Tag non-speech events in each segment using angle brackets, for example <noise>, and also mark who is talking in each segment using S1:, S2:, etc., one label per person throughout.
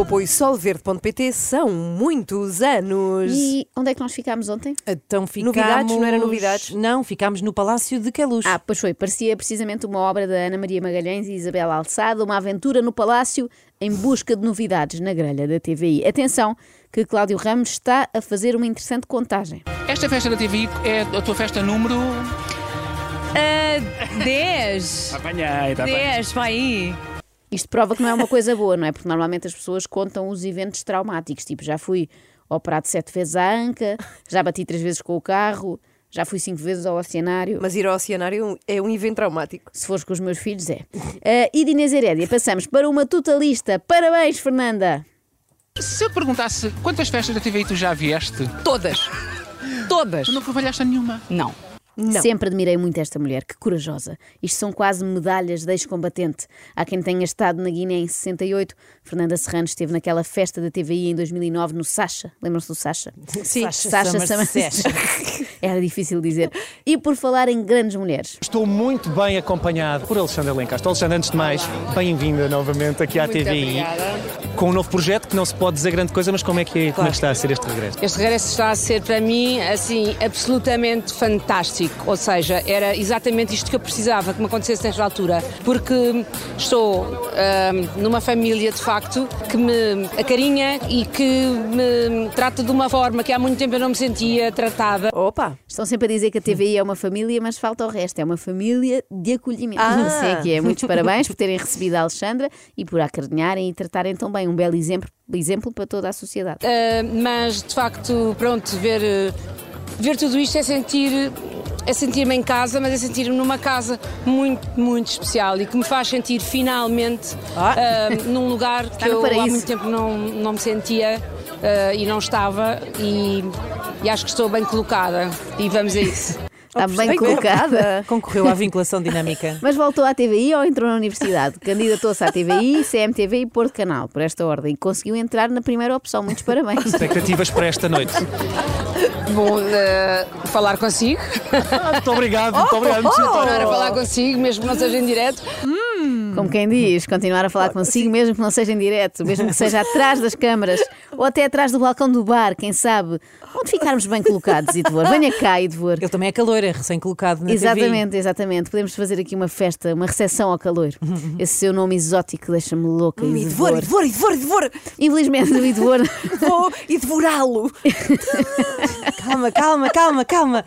S1: apoio solverde.pt são muitos anos.
S2: E onde é que nós ficámos ontem?
S1: Então
S3: ficámos-
S1: Novidades? Não era novidades?
S3: Não, ficámos no Palácio de Queluz.
S2: Ah, pois foi, parecia precisamente uma obra da Ana Maria Magalhães e Isabela Alçada, uma aventura no Palácio em busca de novidades na grelha da TVI. Atenção, que Cláudio Ramos está a fazer uma interessante contagem.
S4: Esta festa da TV é a tua festa número.
S3: Ah,
S5: 10!
S4: Apanhei, está
S5: 10, vai aí!
S2: Isto prova que não é uma coisa boa, não é? Porque normalmente as pessoas contam os eventos traumáticos, tipo já fui operado sete vezes à anca, já bati três vezes com o carro, já fui cinco vezes ao oceanário.
S1: Mas ir ao oceanário é um- é um evento traumático.
S2: Se fores com os meus filhos, é. Ah, e de Inês Herédia, passamos para uma totalista. Parabéns, Fernanda!
S4: Se eu perguntasse quantas festas da TV tu já vieste,
S3: Todas! Todas!
S4: tu nunca falhaste a nenhuma.
S3: Não.
S1: Não.
S2: Sempre admirei muito esta mulher, que corajosa. Isto são quase medalhas de ex-combatente. Há quem tenha estado na Guiné em 68. Fernanda Serrano esteve naquela festa da TVI em 2009 no Sacha. Lembram-se do Sacha?
S3: Sim,
S2: Sasha Samasesh. Era difícil dizer. E por falar em grandes mulheres.
S6: Estou muito bem acompanhado por Alexandra Lencastre. Alexandra, antes de mais, bem-vinda novamente aqui à TVI. Com um novo projeto que não se pode dizer grande coisa, mas como é que, como é que está a ser este regresso?
S7: Este regresso está a ser para mim assim absolutamente fantástico, ou seja, era exatamente isto que eu precisava que me acontecesse nesta altura, porque estou ahm, numa família de facto que me acarinha e que me trata de uma forma que há muito tempo eu não me sentia tratada.
S1: Opa!
S2: Estão sempre a dizer que a TVI é uma família, mas falta o resto. É uma família de acolhimento.
S1: Ah!
S2: Não sei o que é. Muitos parabéns por terem recebido a Alexandra e por a acarinharem e tratarem tão bem. Um belo exemplo, exemplo para toda a sociedade.
S7: Ah, mas de facto, pronto, ver, eh, ver tudo isto é sentir. É sentir-me em casa, mas é sentir-me numa casa muito, muito especial e que me faz sentir finalmente ah, num lugar que
S2: no
S7: eu há
S2: paraíso.
S7: muito tempo não, não me sentia ah, e não estava e, e acho que estou bem colocada e vamos a isso.
S2: Está bem colocada.
S3: Concorreu à
S2: <laughs>
S3: vinculação dinâmica.
S2: Mas voltou à TVI ou entrou na universidade? Candidatou-se à TVI, CMTV e Porto Canal, por esta ordem. E conseguiu entrar na primeira opção.
S1: <laughs>
S2: Muitos parabéns.
S6: Expectativas para
S8: <laughs>
S6: esta noite.
S7: <laughs> Bom, eh, falar <laughs> consigo, Oh.
S6: Muito obrigado,
S8: Oh,
S6: muito obrigado. muito obrigado.
S7: continuar a falar consigo, mesmo que não seja em direto,
S2: Como quem diz, continuar a falar consigo, mesmo que não seja em direto, mesmo que seja atrás das câmaras ou até atrás do balcão do bar, quem sabe, onde ficarmos bem colocados, Idvor. Venha cá, Idvor.
S3: Ele também é calor, é recém-colocado na
S2: Exatamente, exatamente. Podemos fazer aqui uma festa, uma recepção
S1: <laughs>
S2: ao calor. Esse seu nome exótico deixa-me louca.
S1: Hum, E devor, e
S2: Idvor.
S1: devor, e devor, e devor!
S2: Infelizmente, o Idvor.
S1: Vou e devorá-lo!
S3: TV. <laughs> Calma, calma, calma, calma.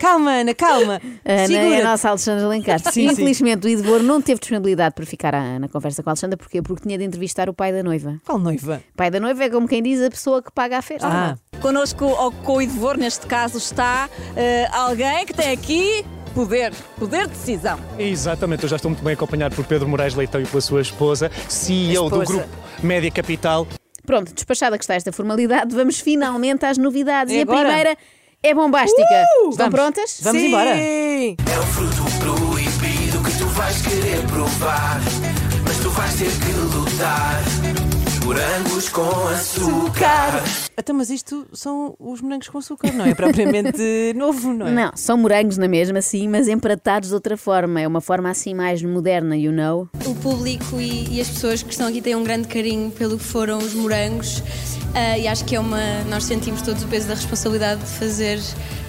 S3: Calma, Ana, calma.
S2: A Ana
S3: Segura.
S2: é a nossa Alexandra Lencastre.
S3: <laughs> Sim, sim.
S2: Infelizmente, o Idvor não teve disponibilidade para ficar à- na conversa com a Alexandra. Porquê? Porque tinha de entrevistar o pai da noiva.
S3: Qual noiva?
S2: O pai da noiva é como quem diz a pessoa que paga a festa.
S3: Ah,
S9: Connosco, ou com o Idevor, neste caso, está eh, alguém que tem aqui poder, poder de decisão.
S8: oh!
S6: Exatamente, eu já estou muito bem acompanhado por Pedro Moraes Leitão e pela sua esposa, CEO do
S1: Esposa.
S6: grupo Média Capital.
S2: Pronto, despachada que está esta formalidade, vamos finalmente às novidades.
S3: É
S2: e a
S3: agora? Uh!
S2: primeira é bombástica. Estão
S3: vamos.
S2: prontas?
S3: vamos
S1: Sim.
S3: embora.
S10: É fruto proibido que tu vais querer provar. Mas tu vais ter que lutar. Morangos com açúcar.
S3: Até, Então, mas isto são os morangos com açúcar, não é propriamente <laughs> novo, não é?
S2: Não, são morangos na mesma, sim, mas empratados de outra forma. É uma forma assim mais moderna, you know.
S11: O público e, e as pessoas que estão aqui têm um grande carinho pelo que foram os morangos ah, e acho que é uma. Nós sentimos todos o peso da responsabilidade de fazer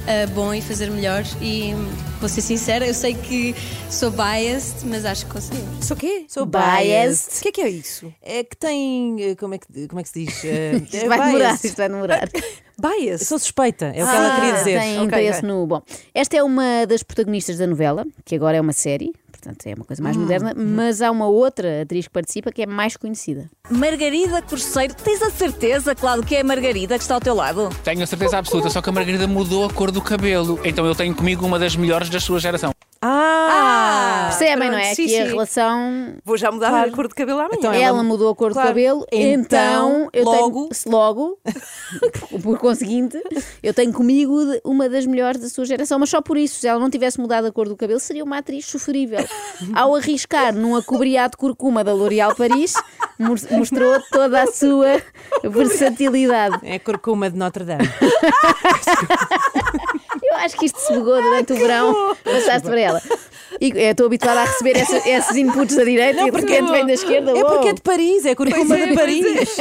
S11: ah, bom e fazer melhor. E vou ser sincera, eu sei que sou biased, mas acho que conseguimos.
S1: Isso o quê?
S3: Sou
S2: Biased.
S1: O que é que é isso?
S3: É que tem. eh, Como é que, como é que se diz? Eh,
S2: <laughs> Isto vai demorar,
S3: biased.
S2: isto vai demorar.
S3: <laughs>
S1: Bias?
S3: Sou suspeita, é o que ela queria dizer.
S2: Ah, Tem um
S1: Ok,
S2: interesse
S1: ok.
S2: no. Bom, esta é uma das protagonistas da novela, que agora é uma série, portanto é uma coisa mais moderna, mas há uma outra atriz que participa que é mais conhecida.
S9: Margarida Corceiro, tens a certeza, Cláudio, que é a Margarida que está ao teu lado?
S4: Tenho a certeza absoluta, só que a Margarida mudou a cor do cabelo. Então eu tenho comigo uma das melhores da sua geração.
S3: Ah!
S2: Percebem,
S1: pronto,
S2: não é?
S1: sim,
S2: que a
S1: sim.
S2: relação
S1: Vou já mudar a cor de cabelo amanhã.
S3: Então
S2: ela, mudou a cor
S3: Claro.
S2: do cabelo, então,
S3: Então,
S2: eu
S3: logo-
S2: tenho se logo, <laughs> por conseguinte, eu tenho comigo de- uma das melhores da sua geração, mas só por isso, se ela não tivesse mudado a cor do cabelo, seria uma atriz
S3: <laughs>
S2: sofrível. Ao arriscar num acobreado curcuma da L'Oréal Paris, mos- mostrou toda a sua versatilidade.
S3: É a curcuma de Notre
S2: <laughs>
S3: Dame.
S2: Eu acho que isto se bugou durante o verão, passaste para ela. E eu estou habituada a receber essa- esses inputs da direita e de repente vem da esquerda.
S3: É porque é
S2: uou.
S3: de Paris, é curcuma de
S2: é.
S3: Paris.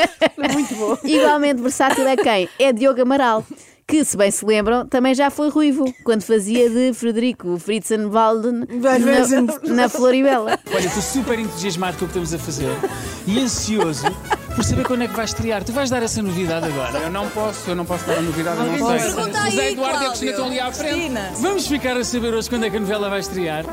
S2: Igualmente versátil é quem? É Diogo Amaral, que, se bem se lembram, também já foi ruivo, quando fazia de Frederico Fritzenwalden na, na Floribela.
S12: Olha, estou super entusiasmado com o que estamos a fazer e ansioso por saber quando é que vais estrear. Tu vais dar essa novidade agora.
S4: Eu não posso, eu não posso dar a novidade, eu
S12: Alguém
S4: não sei.
S12: pode perguntar
S4: O Zé
S12: aí,
S4: Eduardo e a
S12: Cláudio.
S4: Cristina estão ali à frente.
S12: Vamos ficar a saber hoje quando é que a novela vai estrear?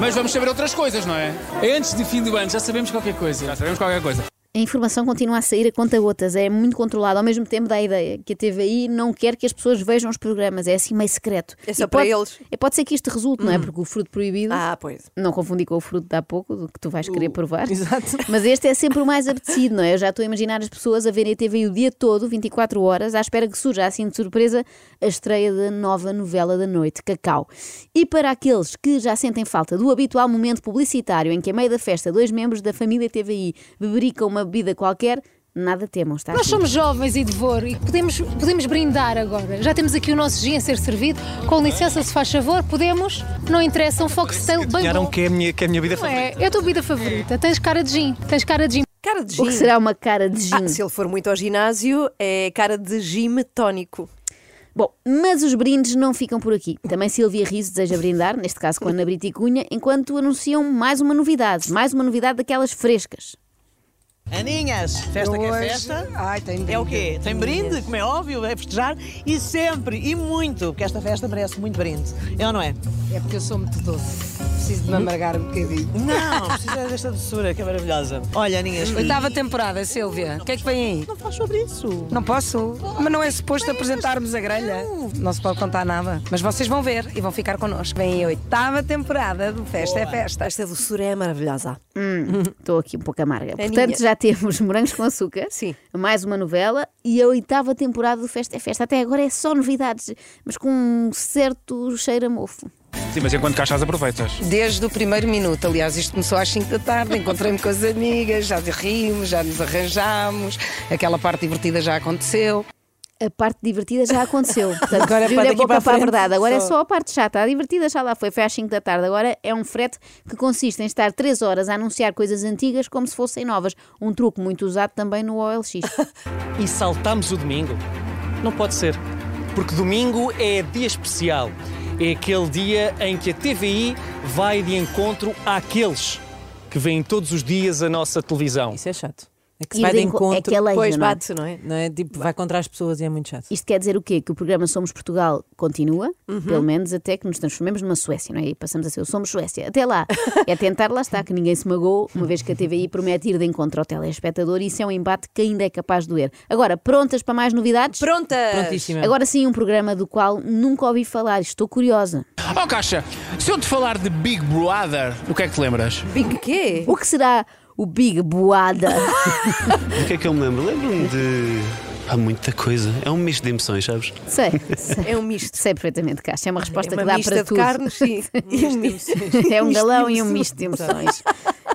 S4: Mas vamos saber outras coisas, não é?
S12: É antes do fim do ano, já sabemos qualquer coisa. Já
S4: sabemos qualquer coisa.
S2: A informação continua a sair a conta gotas, é muito controlada. Ao mesmo tempo, dá a ideia que a TVI não quer que as pessoas vejam os programas, é assim meio secreto.
S1: É só
S2: E
S1: para
S2: pode-
S1: eles. Hum.
S2: e Pode ser que isto resulte, não é? Porque o fruto proibido.
S1: Ah, pois.
S2: Não confundi com o fruto de há pouco, do que tu vais
S1: <laughs>
S2: querer provar.
S3: <laughs> Exato.
S2: Mas este é sempre o mais apetecido, não é? Eu já estou a imaginar as pessoas a verem a TV o dia todo, 24 horas, à espera que surja assim de surpresa a estreia da nova novela da noite, Cacau. E para aqueles que já sentem falta do habitual momento publicitário em que, a meio da festa, dois membros da família TVI bebericam uma bebida qualquer, nada temam, está
S8: Nós
S2: aqui.
S8: somos jovens e de devor e podemos, podemos brindar agora. Já temos aqui o nosso gin a ser servido. Com licença, se faz favor, podemos. Não interessa, um foxtail bem
S6: Ganharam
S8: bom.
S6: que é a minha, que é a minha vida
S8: Não é? É a tua bebida favorita. Tens cara de gin. Tens cara de gin. Ah,
S1: Cara de Ah,
S2: O que será uma cara de gin?
S1: se ele for muito ao ginásio, é cara de gym tónico.
S2: Bom, mas os brindes não ficam por aqui. Também Silvia Riso deseja brindar, neste caso com Ana Brito e Cunha, enquanto anunciam mais uma novidade, mais uma novidade daquelas frescas.
S13: Aninhas, festa
S14: Eu
S13: que é
S14: hoje-
S13: festa.
S14: Ai, tem brinde.
S13: É o quê? Tem brinde, como é óbvio, é festejar e sempre, e muito, porque esta festa merece muito brinde. É ou não é?
S14: É porque eu sou muito doce. Preciso de me amargar um bocadinho.
S13: Não, precisa desta doçura que é maravilhosa. Olha, Aninhas.
S14: Oitava temporada, Silvia. O que é que vem aí?
S13: Não faz sobre isso.
S14: Não posso? Mas não é suposto apresentarmos a grelha. Não. se pode contar nada. Mas vocês vão ver e vão ficar connosco. Vem a oitava temporada do Festa é Festa.
S1: Esta doçura é maravilhosa.
S2: Estou aqui um pouco amarga.
S1: Aninha.
S2: Portanto, já temos <laughs> Morangos com Açúcar, mais uma novela e a oitava temporada do Festa é Festa. Até agora é só novidades, mas com um certo cheiro a mofo.
S4: Sim, mas enquanto cá estás, aproveitas.
S14: Desde o primeiro minuto, aliás, isto começou às 5 da tarde, encontrei-me com as amigas, já rimos, já nos arranjámos, aquela parte divertida já aconteceu.
S2: A parte divertida já <laughs> aconteceu. Portanto,
S14: Agora é
S2: viu
S14: para
S2: da
S14: daqui
S2: boca
S14: para a
S2: para, a
S14: frente,
S2: verdade. Agora é
S14: só.
S2: só a parte chata. A divertida já lá foi. Foi às 5 da tarde. Agora é um frete que consiste em estar 3 horas a anunciar coisas antigas como se fossem novas. Um truque muito usado também no OLX.
S6: e saltamos o domingo? Não pode ser. Porque domingo é dia especial. É aquele dia em que a TVI vai de encontro àqueles que veem todos os dias a nossa televisão. Isso
S3: é chato.
S6: É
S3: que se vai de encontro, depois
S2: não é?
S3: bate, não é? não é? Tipo, vai contra as pessoas e é muito chato.
S2: Isto quer dizer o quê? Que o programa Somos Portugal continua,
S3: Uhum.
S2: pelo menos até que nos transformemos numa Suécia, não é? E passamos a ser o Somos Suécia.
S1: <laughs>
S2: Até lá. É tentar, lá está, que ninguém se magoou, uma vez que a TVI promete ir de encontro ao telespectador e isso é um embate que ainda é capaz de doer. Agora, prontas para mais novidades? Prontas!
S4: Prontíssima.
S2: Agora sim, um programa do qual nunca ouvi falar, estou curiosa.
S4: Ó, Oh, Caixa, se eu te falar de Big Brother, o que é que te lembras?
S2: Big quê? O que será o Big
S1: <laughs>
S2: Boada?
S15: Do que é que eu me lembro? Lembro-me de. Há muita coisa. É um misto de emoções, sabes?
S2: Sei, sei. É um misto. Sei perfeitamente, Caixa. É uma resposta
S1: É uma
S2: que dá
S1: mista
S2: para
S1: de
S2: tudo.
S14: <laughs>
S1: carnes e- e um misto de emoções.
S2: <laughs> É um
S1: Misto de
S2: galão e um
S1: emoções.
S2: misto de emoções.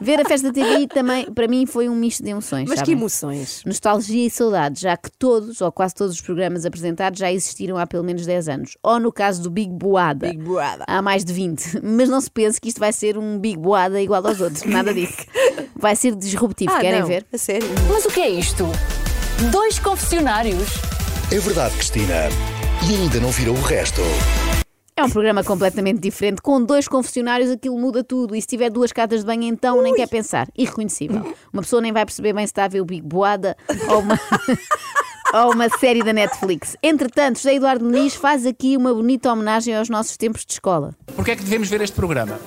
S2: Ver a festa da TVI também, para mim, foi um misto de emoções.
S1: Mas que
S2: sabem?
S1: emoções.
S2: Nostalgia e saudade, já que todos, ou quase todos os programas apresentados já existiram há pelo menos 10 anos. Ou no caso do Big Boada. Big
S1: Boada.
S2: Há mais de 20. Mas não se pense que isto vai ser um Big Boada igual aos outros. Nada disso. Vai ser disruptivo,
S16: Ah,
S2: querem
S16: não.
S2: ver?
S1: A sério.
S16: Mas o que é isto? Dois confessionários.
S17: É verdade, Cristina. E ainda não virou o resto.
S2: É um programa completamente diferente. Com dois confessionários, aquilo muda tudo. E se tiver duas cartas de banho, então nem quer pensar. Irreconhecível. Uma pessoa nem vai perceber bem se está a ver o Big Boada ou uma. <laughs> ou uma série da Netflix. Entretanto, José Eduardo Muniz faz aqui uma bonita homenagem aos nossos tempos de escola.
S4: Porquê é que devemos ver este programa?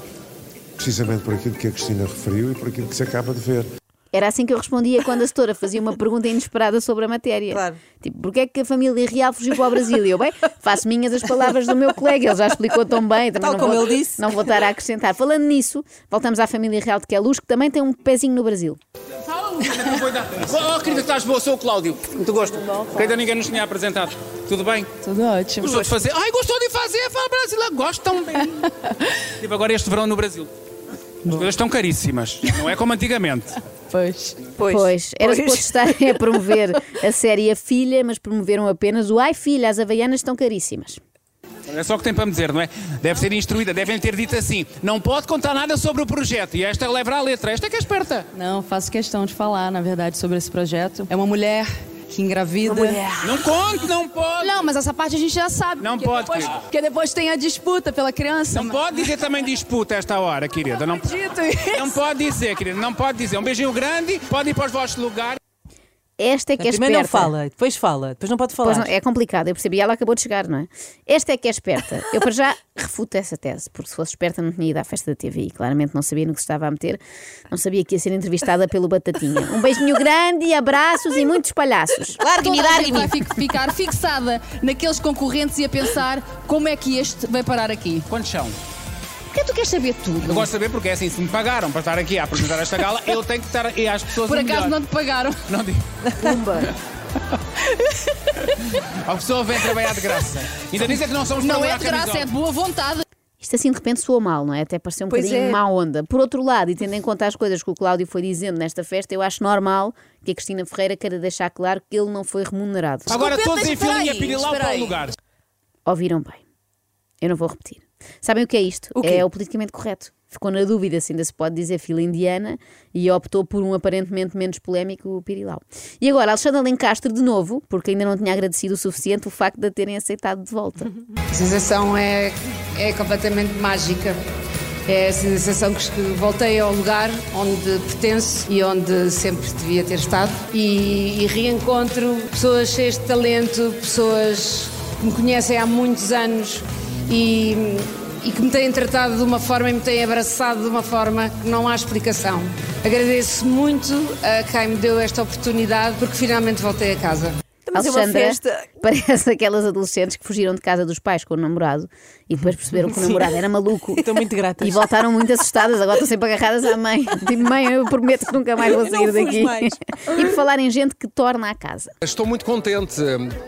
S18: Precisamente por aquilo que a Cristina referiu e por aquilo que se acaba de ver.
S2: Era assim que eu respondia quando a setora fazia uma pergunta inesperada sobre a matéria. Claro. Tipo, porquê é que a família real fugiu para o Brasil? E eu, bem, faço minhas as palavras do meu colega, ele já explicou tão bem. também
S3: Tal
S2: não
S3: como
S2: vou,
S3: ele disse.
S2: Não vou estar a acrescentar. Falando nisso, voltamos à família real de Queluz, que também tem um pezinho no Brasil.
S4: Oh, querida, estás boa? Sou o Cláudio. Muito gosto. Que ainda ninguém nos tinha apresentado. Tudo bem? Tudo ótimo. Gostou de fazer? Ai, gostou de fazer? Fala brasileiro. Gosto <laughs> tão bem. tipo, agora este verão no Brasil. As coisas estão caríssimas. Não é como antigamente.
S2: Pois. Pois. Era
S4: Pois.
S2: suposto estar a promover a série A Filha, mas promoveram apenas o Ai Filha, as Havaianas estão caríssimas.
S4: É só o que tem para me dizer, não é? Deve ser instruída, devem ter dito assim: não pode contar nada sobre o projeto. E esta levará a letra, esta é que é esperta.
S5: Não, faço questão de falar, na verdade, sobre esse projeto. É uma mulher que engravida.
S4: Uma mulher. Não conte, não pode.
S5: Não, mas essa parte a gente já sabe.
S4: Não pode,
S5: Depois,
S4: querida.
S5: porque depois tem a disputa pela criança.
S4: Não pode dizer também disputa a esta hora, querida. Não,
S5: acredito isso.
S4: não pode dizer, querida, não pode dizer. Um beijinho grande, pode ir para os vossos lugares.
S2: Esta é que é
S3: Primeiro
S2: esperta.
S3: não fala, depois fala, depois não pode falar.
S2: Pois não, é complicado, eu percebi. Ela acabou de chegar, não é? Esta é que é esperta. Eu, para já, refuto essa tese, porque se fosse esperta não tinha ido à festa da TVI. Claramente não sabia no que se estava a meter, não sabia que ia ser entrevistada pelo Batatinha. Um beijinho grande, abraços e muitos palhaços.
S19: Largue-me, largue-me. Vai fi- ficar fixada naqueles concorrentes e a pensar como é que este vai parar aqui.
S4: Quantos são?
S19: Porque tu queres saber tudo.
S4: Eu gosto de saber porque é assim, se me pagaram para estar aqui a apresentar esta gala, eu tenho que estar e às pessoas
S19: Por
S4: o
S19: acaso
S4: melhor.
S19: não te pagaram.
S4: Não digo.
S2: Pumba.
S4: A pessoa vem trabalhar de graça. Ainda dizem que não somos para
S19: Não
S4: levar
S19: é de
S4: a
S19: graça,
S4: camisola.
S19: é de boa vontade.
S2: Isto assim de repente soa mal, não é? Até pareceu um
S19: Pois
S2: bocadinho
S19: é.
S2: má onda. Por outro lado, e tendo em conta as coisas que o Cláudio foi dizendo nesta festa, eu acho normal que a Cristina Ferreira queira deixar claro que ele não foi remunerado.
S4: Agora
S19: Desculpa,
S4: todos
S19: mas espera
S4: enfilem a
S19: aí,
S4: pirilau
S19: espera
S4: para o
S19: aí.
S4: lugar.
S2: Ouviram bem. Eu não vou repetir. Sabem o que é isto?
S19: O quê?
S2: é o politicamente correto. Ficou na dúvida se ainda se pode dizer fila indiana e optou por um aparentemente menos polémico Pirilau. E agora, Alexandra Lencastre de novo, porque ainda não tinha agradecido o suficiente o facto de a terem aceitado de volta.
S3: Uhum.
S7: A sensação é, é completamente mágica. É a sensação que que voltei ao lugar onde pertenço e onde sempre devia ter estado. E, e reencontro pessoas cheias de talento, pessoas que me conhecem há muitos anos e, e que me têm tratado de uma forma e me têm abraçado de uma forma que não há explicação. Agradeço muito a quem me deu esta oportunidade porque finalmente voltei a casa.
S2: Mas Alexandra <laughs> parece aquelas adolescentes que fugiram de casa dos pais com o namorado e depois perceberam que o
S3: Uhum. Sim.
S2: namorado era maluco.
S3: <laughs> Estão muito gratas.
S2: E voltaram muito assustadas, agora estão sempre agarradas à mãe. Tipo, mãe, eu prometo que nunca mais vou
S3: Não
S2: sair
S3: fujo
S2: daqui.
S3: mais.
S2: <laughs> E por falar em gente que torna a casa.
S20: Estou muito contente,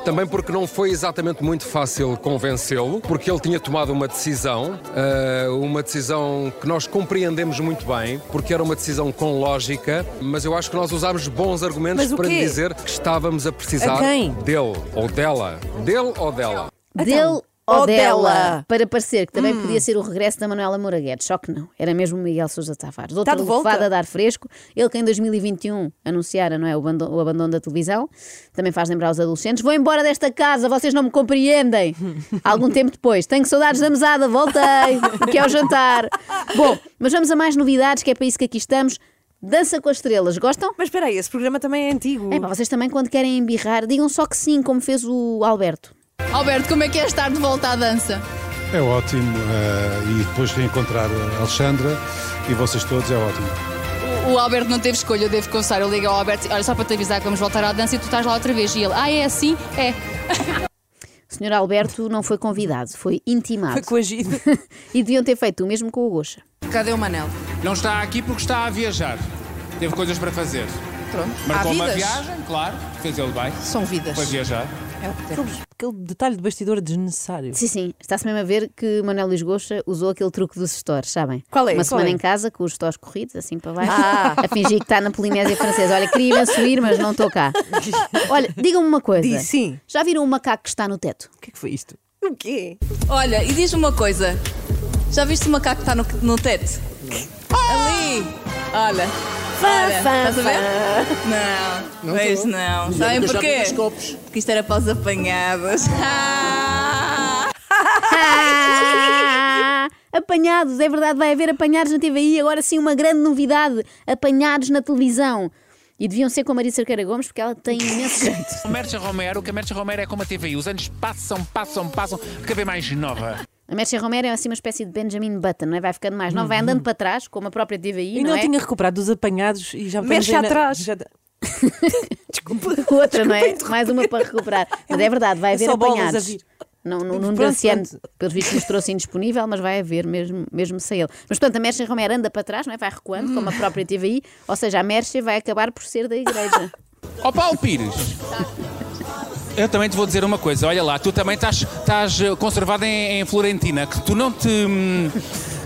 S20: também porque não foi exatamente muito fácil convencê-lo, porque ele tinha tomado uma decisão, eh, uma decisão que nós compreendemos muito bem, porque era uma decisão com lógica, mas eu acho que nós usámos bons argumentos
S2: Mas o
S20: para lhe
S2: quê?
S20: dizer que estávamos a precisar
S2: A quem?
S20: dele ou dela. Dele ou dela.
S2: Dele ou
S20: ou
S2: dela.
S20: dela.
S2: Para parecer que também podia ser o regresso da Manuela Moura Guedes, só que não. Era mesmo o Miguel Sousa Tavares. Outra
S3: de volta?
S2: levada de ar fresco. Ele que em 2021 anunciara não é, o, abandono, o abandono da televisão. Também faz lembrar os adolescentes. Vou embora desta casa, vocês não me compreendem. Algum tempo depois. Tenho saudades da mesada, voltei. que é o jantar. Bom, mas vamos a mais novidades, que é para isso que aqui estamos. Dança com as estrelas, gostam? Mas espera aí, esse programa também é
S3: Hum.
S2: antigo. É, pá, vocês também quando querem embirrar, digam só que sim, como fez o Alberto.
S19: Alberto, como é que é estar de volta à dança?
S18: É ótimo. eh, e depois reencontrar a Alexandra e vocês todos é ótimo.
S19: O, o Alberto não teve escolha, eu devo confessar. Eu ligo ao Alberto, olha só para te avisar que vamos voltar à dança e tu estás lá outra vez. E ele, ah, é assim? É.
S2: O Sr. Alberto não foi convidado, foi intimado. Foi
S3: coagido.
S2: <laughs>
S3: <laughs>
S2: e deviam ter feito o mesmo com o Gocha.
S19: Cadê o Manel?
S4: Não está aqui porque está a viajar. Teve coisas para fazer.
S19: Pronto.
S4: Marcou
S19: Há
S4: uma
S19: vidas.
S4: viagem, claro. Fez ele bem.
S19: São vidas.
S4: Foi viajar.
S19: É o que temos.
S2: Aquele detalhe de bastidor desnecessário. Sim, sim. Está-se mesmo a ver que Manuel Luís Gocha usou aquele truque dos stores, sabem?
S3: Qual é?
S2: Uma
S3: Qual
S2: semana
S3: é?
S2: em casa com os stores corridos, assim para baixo,
S3: Ah.
S2: a fingir que está na Polinésia Francesa. Olha, queria imenso ir, mas não estou cá. Olha, digam-me uma coisa.
S9: Diz, sim.
S2: Já viram um macaco que está no teto?
S9: O que é que foi isto?
S2: O quê?
S9: Olha, e diz-me uma coisa. Já viste o macaco que está no, no teto? Ali! Olha. Olha,
S19: Ah! fã,
S9: estás a ver? Não,
S19: Não
S9: pois
S19: estou.
S9: não.
S19: Mas eu
S9: Sabem
S19: nunca já vi
S9: porquê?
S19: os
S9: Porque isto era para
S19: <laughs>
S9: os apanhados. Ah!
S2: Ah, apanhados, é verdade, vai haver apanhados na TVI, agora sim uma grande novidade: apanhados na televisão. E deviam ser com a Maria Cerqueira Gomes, porque ela tem imenso jeito.
S4: A Mercha Romero, que a Mercha Romero é como a TVI. Os anos passam, passam, passam. Cada vez mais nova.
S2: A Mércia Romero é assim uma espécie de Benjamin Button, não é? Vai ficando mais, não vai andando para trás, como a própria TVI,
S3: Uhum. E
S2: não,
S3: não
S2: é?
S3: tinha recuperado os apanhados e já
S2: Mexe
S3: estamos aí
S2: atrás.
S3: já-
S2: Outra, não é? Mais uma para recuperar.
S3: <laughs>
S2: Mas é verdade, vai
S3: É
S2: haver
S3: só bolas
S2: apanhados.
S3: a vir.
S2: Não, não, não
S3: Pronto,
S2: Graciano, pelos vistos, mostrou-se indisponível, mas vai haver mesmo, mesmo sem ele. Mas, portanto, a Mércia Romero anda para trás, não é? Vai recuando,
S3: <laughs>
S2: como a própria TVI, ou seja, a Mércia vai acabar por ser da
S3: <laughs>
S2: igreja.
S4: Ó Paulo Pires. Eu também te vou dizer uma coisa. Olha lá, tu também estás, estás eh, conservada em, em Florentina. Que tu não te... hum,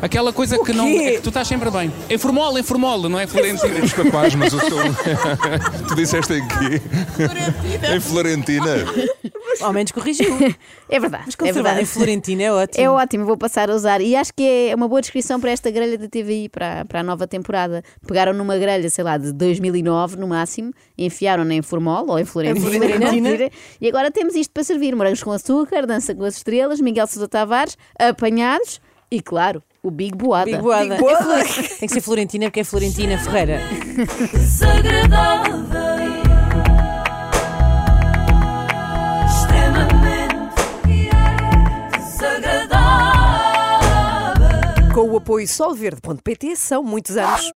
S4: Aquela coisa que não.
S21: quê?
S4: É que tu estás sempre bem. Em formol, em formol, não é Florentina.
S20: És capaz, mas eu sou. tu disseste em quê? em Florentina.
S3: Ao
S2: <laughs>
S3: menos corrigiu.
S2: É verdade.
S3: Mas
S2: é
S3: conservado
S2: verdade.
S3: em Florentino é ótimo.
S2: É ótimo, vou passar a usar. E acho que é uma boa descrição para esta grelha da TVI, para, para a nova temporada. Pegaram numa grelha, sei lá, de 2009 no máximo, enfiaram-na em formol ou em Florentina.
S3: Em Florentina.
S2: E agora temos isto para servir: morangos com açúcar, dança com as estrelas, Miguel Sousa Tavares, apanhados e, claro, o Big Boada.
S3: Big Boada.
S22: <laughs>
S3: É Flor- Tem que ser Florentina porque é Florentina Ferreira.
S9: Desagradável.
S19: é
S9: Extremamente desagradável.
S22: Com o apoio solverde.pt são muitos anos.